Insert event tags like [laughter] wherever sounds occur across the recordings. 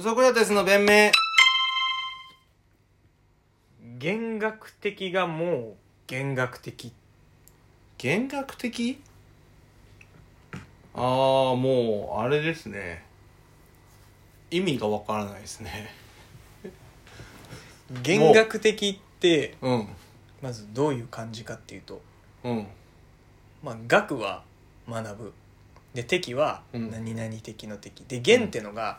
ソクラテスの弁明弦楽的がもう弦楽的弦楽的ああもうあれですね意味がわからないですね弦楽的ってうんまずどういう感じかっていうと、うんまあ、楽は学ぶで敵はうん何々的の敵、で弦ってのが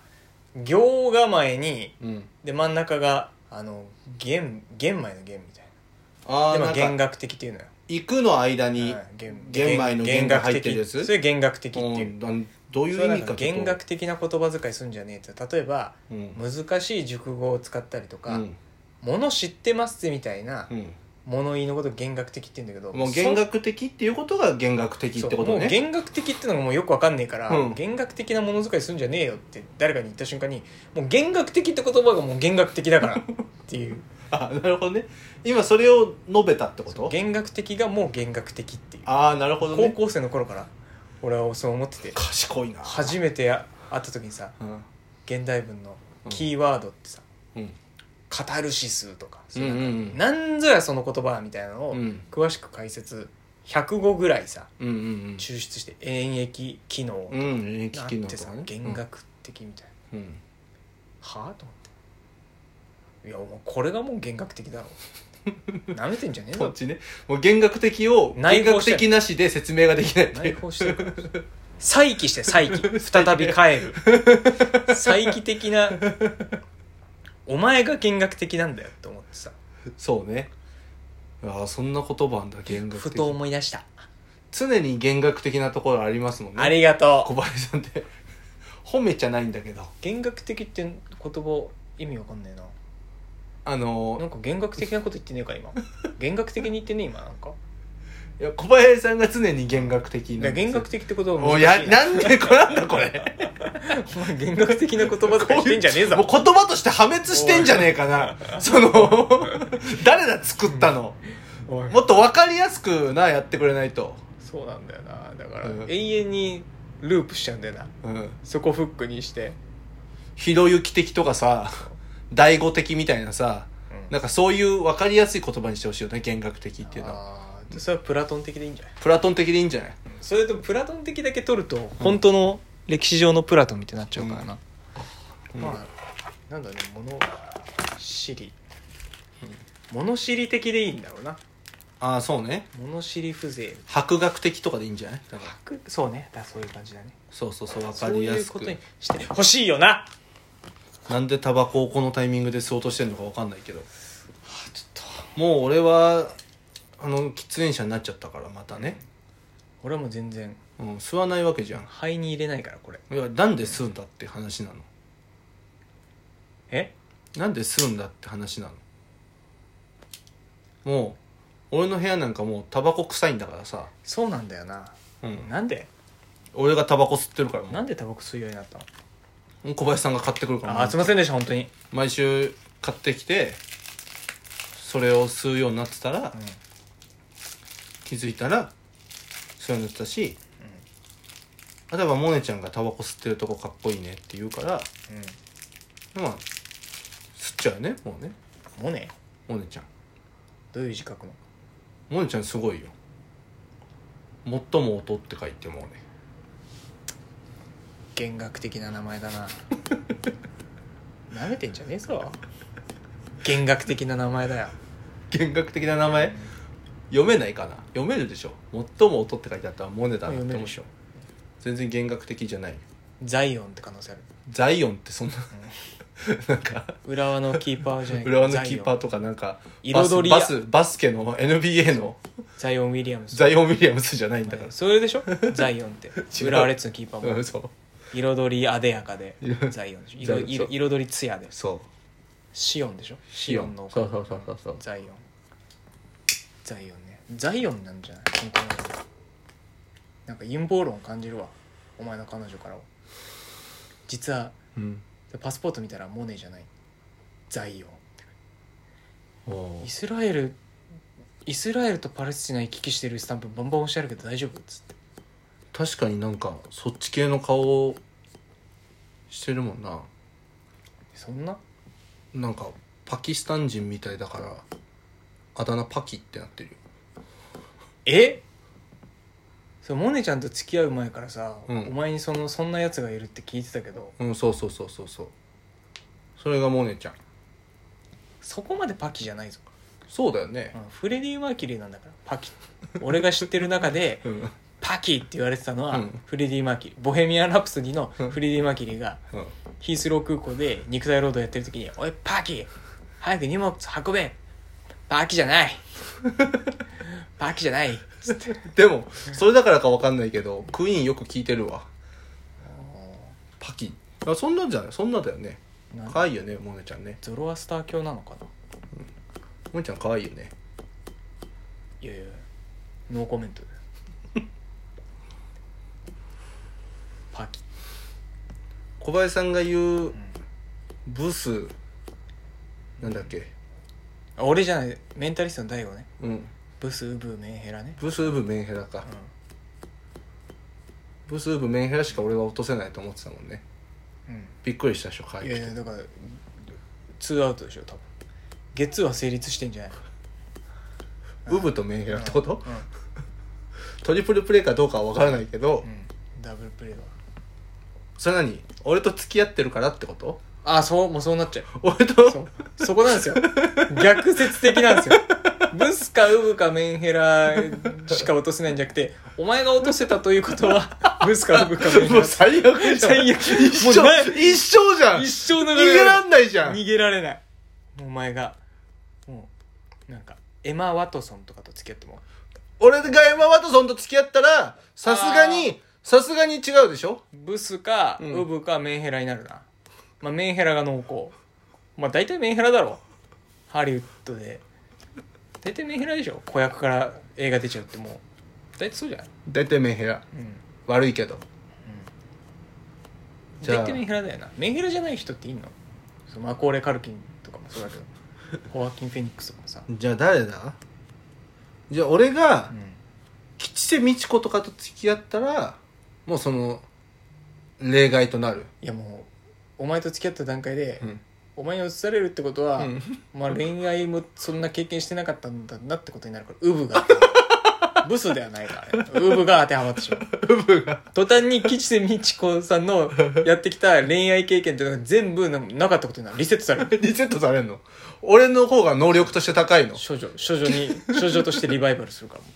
行構えにうんで真ん中があの弦玄米の弦みたいあなあで、まあ、な弦んか楽的っていうのよ行くの間にはい弦玄米の弦弦が入ってるや弦楽的つそれ弦楽的っていう、うんなんどういそれうは意味なんかかちょっと弦楽的な言葉遣いするんじゃねえって例えばうん難しい熟語を使ったりとうか、ん物知ってますってみたいなうん物言いのことを弦楽的って言うんだけどもう弦楽的っていうことが弦楽的っそてことそうもうね弦楽的ってのがもうよくわかんねえから、うん弦楽的なもの遣いするんじゃねえよって誰かに言った瞬間にもう弦楽的って言葉がもう弦楽的だか [laughs] らっていう [laughs] あなるほどね今それを述べたってこと弦楽的がもう弦楽的っていうああなるほど高ね校生の頃から俺はそう思ってて賢いな初めて会った時にさうん現代文のキーワードってさ、うんカタルシスとかうそんううなんかんなんぞやその言葉みたいなのうをん詳しく解説100語ぐらいさうんうん抽出して演疫機能うんうん演な劇ん機能てとさかね弦楽的みたいなうんはあと思っていやお前これがもう弦楽 [laughs] 的だろなめてんじゃねえこっぞちねもう弦楽的を内弦包楽してる的なしで説明ができないってい内う包してるから再起して [laughs] 再起再び帰る再起的なお前が弦楽的なんだよって思ってさそうねああそんな言葉あんだ弦楽ふと的思い出した常に弦楽的なところありますもんねありがとう小林さんって褒めちゃないんだけど弦楽的って言葉意味わかんねえなあのなんか弦楽的なこと言ってねえ [laughs] か今弦楽的に言ってねえ今なんかいや小林さんが常に弦楽的いなやんです弦よ楽的って言葉おい難しいなやなんでこれなんだこれお前弦楽的な言葉とかしてんじゃねえぞもう言葉として破滅してんじゃねえかなその誰だ作ったの [laughs] おいもっと分かりやすくなやってくれないとそうなんだよなだから、うん永遠にループしちゃうんだよなうんそこフックにして、ひろゆき的とかさ第五的みたいなさうんなんかそういう分かりやすい言葉にしてほしいよね弦楽的っていうのはあーでそれはプラトン的でいいんじゃない、プラトン的でいいんじゃないそれとプラトン的だけ取ると本当の歴史上のプラトンみたいになっちゃうからな、うんまあなんだろうね物知り、物知り的でいいんだろうなああそうね物知り風情博学的とかでいいんじゃないだからくそうねだそういう感じだねそうそうそう分そかうりいやうすこくとにしてほしいよななんでタバコをこのタイミングで吸おうとしてんのか分かんないけどちょっともう俺はあの喫煙者になっちゃったからまたね、俺はもう全然うん、吸わないわけじゃん肺に入れないからこれいやなんで吸うんだって話なのえなんで吸うんだって話なのもう俺の部屋なんかもうタバコ臭いんだからさ、そうなんだよなうん、なんで俺がタバコ吸ってるからもなんでタバコ吸うようになったのう小林さんが買ってくるからあーすいませんでした本当に、毎週買ってきてそれを吸うようになってたら気づいたらそういうのやってたし、例えばモネちゃんがタバコ吸ってるとこかっこいいねって言うからうんうんまあ吸っちゃうよねもうねモネモネちゃんどういう字書くのモネちゃんすごいよ「最も劣って書いてもね弦楽的な名前だななめてんじゃねえぞ弦楽的な名前だよ弦楽的な名前読めないかな読めるでしょ「最も劣って書いてあったらモネだなって読め思うるでしょ全然弦楽的じゃないザイオンって可能性あるザイオンってそんななんか浦和のキーパーじゃない浦和のキーパーザイオンとかなんかバス彩りやバスバスケの NBA のザイオン・ウィリアムズザイオン・ウィリアムスじゃないんだから、それでしょザイオ [laughs] ンってう浦和レッズのキーパーうもんそう彩りあでやか [laughs] でザイオンでしょザイオ色ン色彩りつやでそうシオンでしょシオンのそうそうそうそうそうザイオンザイオンねザイオンなんじゃない本当になんか陰謀論感じるわお前の彼女からは実はうんパスポート見たらモネじゃないザイオおンーイスラエルイスラエルとパレスチナ行き来してるスタンプバンバン押してあるけど大丈夫っつって確かになんかそっち系の顔をしてるもんなそんななんかパキスタン人みたいだからあだ名パキってなってるよえそうモネちゃんと付き合う前からさ、うんお前にそのそんなやつがいるって聞いてたけどうんそうそうそうそうそうそれがモネちゃんそこまでパキじゃないぞ、そうだよねうん、フレディ・マーキュリーなんだからパキ俺が知ってる中 [laughs] でうんうんパキって言われてたのは、うんフレディ・マーキュリーボヘミアン・ラプソディのフレディ・マーキュリーがヒースロー空港で肉体労働やってる時に「おいパキ早く荷物運べパキじゃ [laughs] ないパキじゃない」つってでもそれだからかわかんないけどクイーンよく聞いてるわパキあそんなんじゃないそんなだよねなん可愛いよねモネちゃんねゾロアスター教なのかなモネちゃん可愛いよねいやいやノーコメントでパキ小林さんが言ううんブスなんだっけあ俺じゃないメンタリストの大悟ねうんブスウブメンヘラねブスウブメンヘラか、うブスウブメンヘラしか俺は落とせないと思ってたもんねん、びっくりしたでしょ可うん、愛いくやていやだからツーアウトでしょ多分ゲッツーは成立してんじゃないウブとメンヘラってこと、うんトリプルプレイかどうかは分からないけど、うんダブルプレーはそれ何俺と付き合ってるからってことあそうもうそうなっちゃう俺とそうそこなんですよ逆説的なんですよブスかウブかメンヘラしか落とせないんじゃなくてお前が落とせたということはブスかウブかメンヘもラう最悪じゃん最悪一もうな生一生じゃん一逃生のげらんないじゃん逃げられないもうお前がもうなんかエマ・ワトソンとかと付き合っても俺がエマ・ワトソンと付き合ったらさすがにさすがに違うでしょブスかうんウブかメンヘラになるな、まあメンヘラが濃厚まあ大体メンヘラだろハリウッドで大体メンヘラでしょ子役から映画出ちゃうってもう大体そうじゃない大体メンヘラうん悪いけどじゃあ大体メンヘラだよなメンヘラじゃない人っていんのそのマコーレ・カルキンとかもそうだけどホアキン・フェニックスとかもさ、じゃあ誰だじゃあ俺がうん吉瀬美智子とかと付き合ったらもうその例外となる、いやもうお前と付き合った段階で、うんお前に移されるってことは、うんまあ恋愛もそんな経験してなかったんだなってことになるからウブがブスではないからねウブが当てはまってしまう途端に吉瀬美智子さんのやってきた恋愛経験っていうのが全部ななかったことになるリセットされるリセットされんの俺の方が能力として高いの少女少女 [laughs] に少女としてリバイバルするからも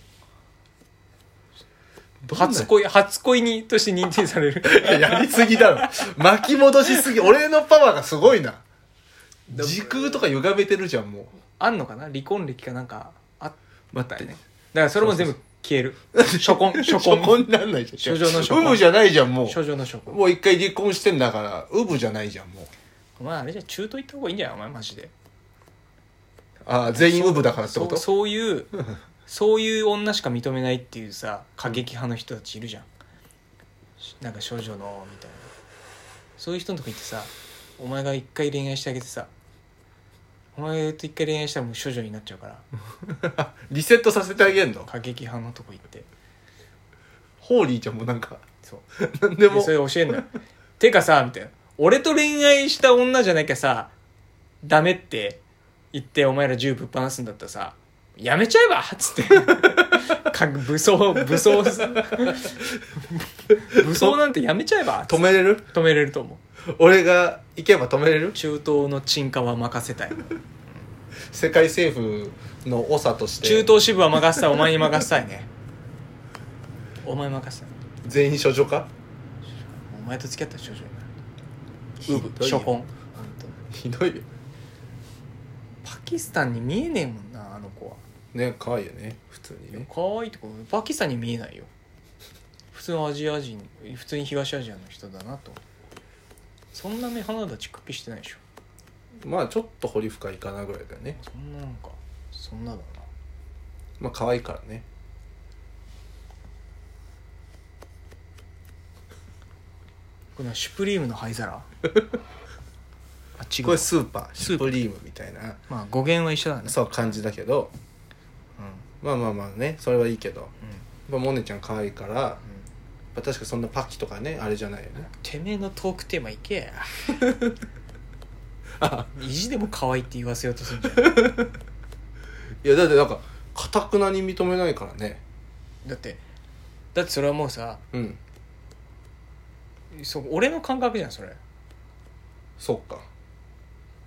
うどんな初恋初恋にとして認定されるやりすぎだろ巻き戻しすぎ俺のパワーがすごいなでも時空とか歪めてるじゃんもあんのかな離婚歴かなんかあっう待た [laughs] よねだからそれも全部消え [laughs] る初婚初初婚婚初婚になんないじゃん初女の初婚ウブじゃないじゃんも少女の初う婚もう一回離婚してんだからウブじゃないじゃんもうお前あれじゃ中東行った方がいいんじゃないお前マジでああ全員ウブだからってそことうそういうそういう女しか認めないっていうさ過激派の人たちいるじゃんなんか少女のみたいなそういう人のとこ行ってさお前が一回恋愛してあげてさお前と一回恋愛したらもう少女になっちゃうから [laughs] リセットさせてあげんの過激派のとこ行ってホーリーじゃんもうなんかそなうんでもそれ教えんのよ [laughs] てかさみたいな俺と恋愛した女じゃなきゃさダメって言ってお前ら銃ぶっ放すんだったらさやめちゃえばっつってか [laughs] 武装武装武装なんてやめちゃえば止めれる止めれると思う俺が行けば止めれる中東の鎮火は任せたい世界政府の長として中東支部は任せたいお前に任せたいねお前任せたい全員処女かお前と付き合ったら少女になるひどいよウブ初婚本当にひどいよパキスタンに見えねえもんなあの子はね可愛いよね普通にね可愛いとこパキスタンに見えないよ普通のアジア人普通に東アジアの人だなとそんな目鼻立ちくっぴしてないでしょまあちょっと掘り深いかなぐらいだよねそんななんかそんなだなまあ可愛いからねこれなシュプリームの [laughs] 灰皿あ違こうれスーパーシュプリームみたいなまあ語源は一緒だねそう感じだけどうんうんまあまあまあねそれはいいけどやっぱモネちゃん可愛いからやっうぱん確かそんなパキとかねあれじゃないよね [laughs] てめえのトークテーマいけや意地でも可愛いって言わせようとするんじゃないいやだってなんかかたくなに認めないからねだってだってそれはもうさうんそう俺の感覚じゃんそれそっか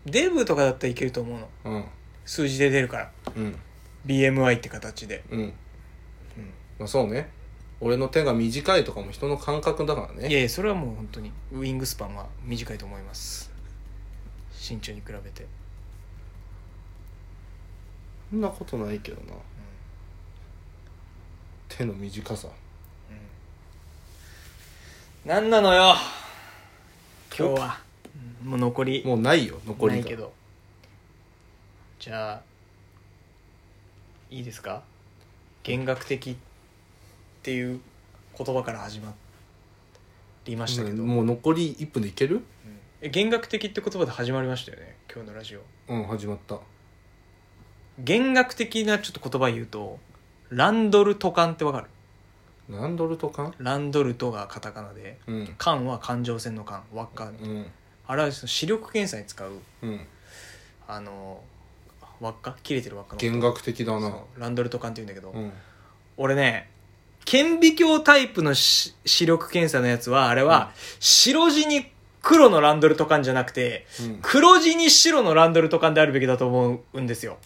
デブとかだったらいけると思うのうん数字で出るからうん BMI って形でうん、まあそうね俺の手が短いとかも人の感覚だからいねやいやそれはもう本当にウイングスパンは短いと思います身長に比べてそんなことないけどな手の短さ何なのよ今日はうんもう残りもうないよ残なりいがけどじゃあいいですか減額的っていう言葉から始まりましたけど、もう残り1分でいけるえ減額的って言葉で始まりましたよね今日のラジオうん始まった減額的なちょっと言葉言うとランドルトカンってわかる何ドルとかランドルトがカタカナでうんカンは環状線のカン輪っか、うんあれはその視力検査に使ううんあの輪っか切れてる輪っかのこと減額的だなそうランドルトカンって言うんだけど、うん俺ね顕微鏡タイプのし視力検査のやつはあれは、白地に黒のランドルトカンじゃなくてうん黒地に白のランドルトカンであるべきだと思うんですよ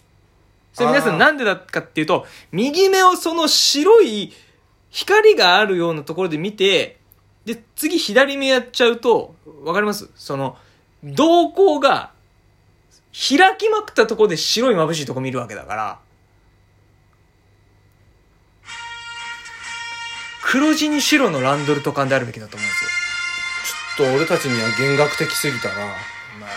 それ皆さあーんなんでだかっていうと右目をその白い光があるようなところで見てで次左目やっちゃうとわかりますその瞳孔が開きまくったところで白い眩しいとこ見るわけだから黒地に白のランドルトカンであるべきだと思うんですよちょっと俺たちには減額的すぎたな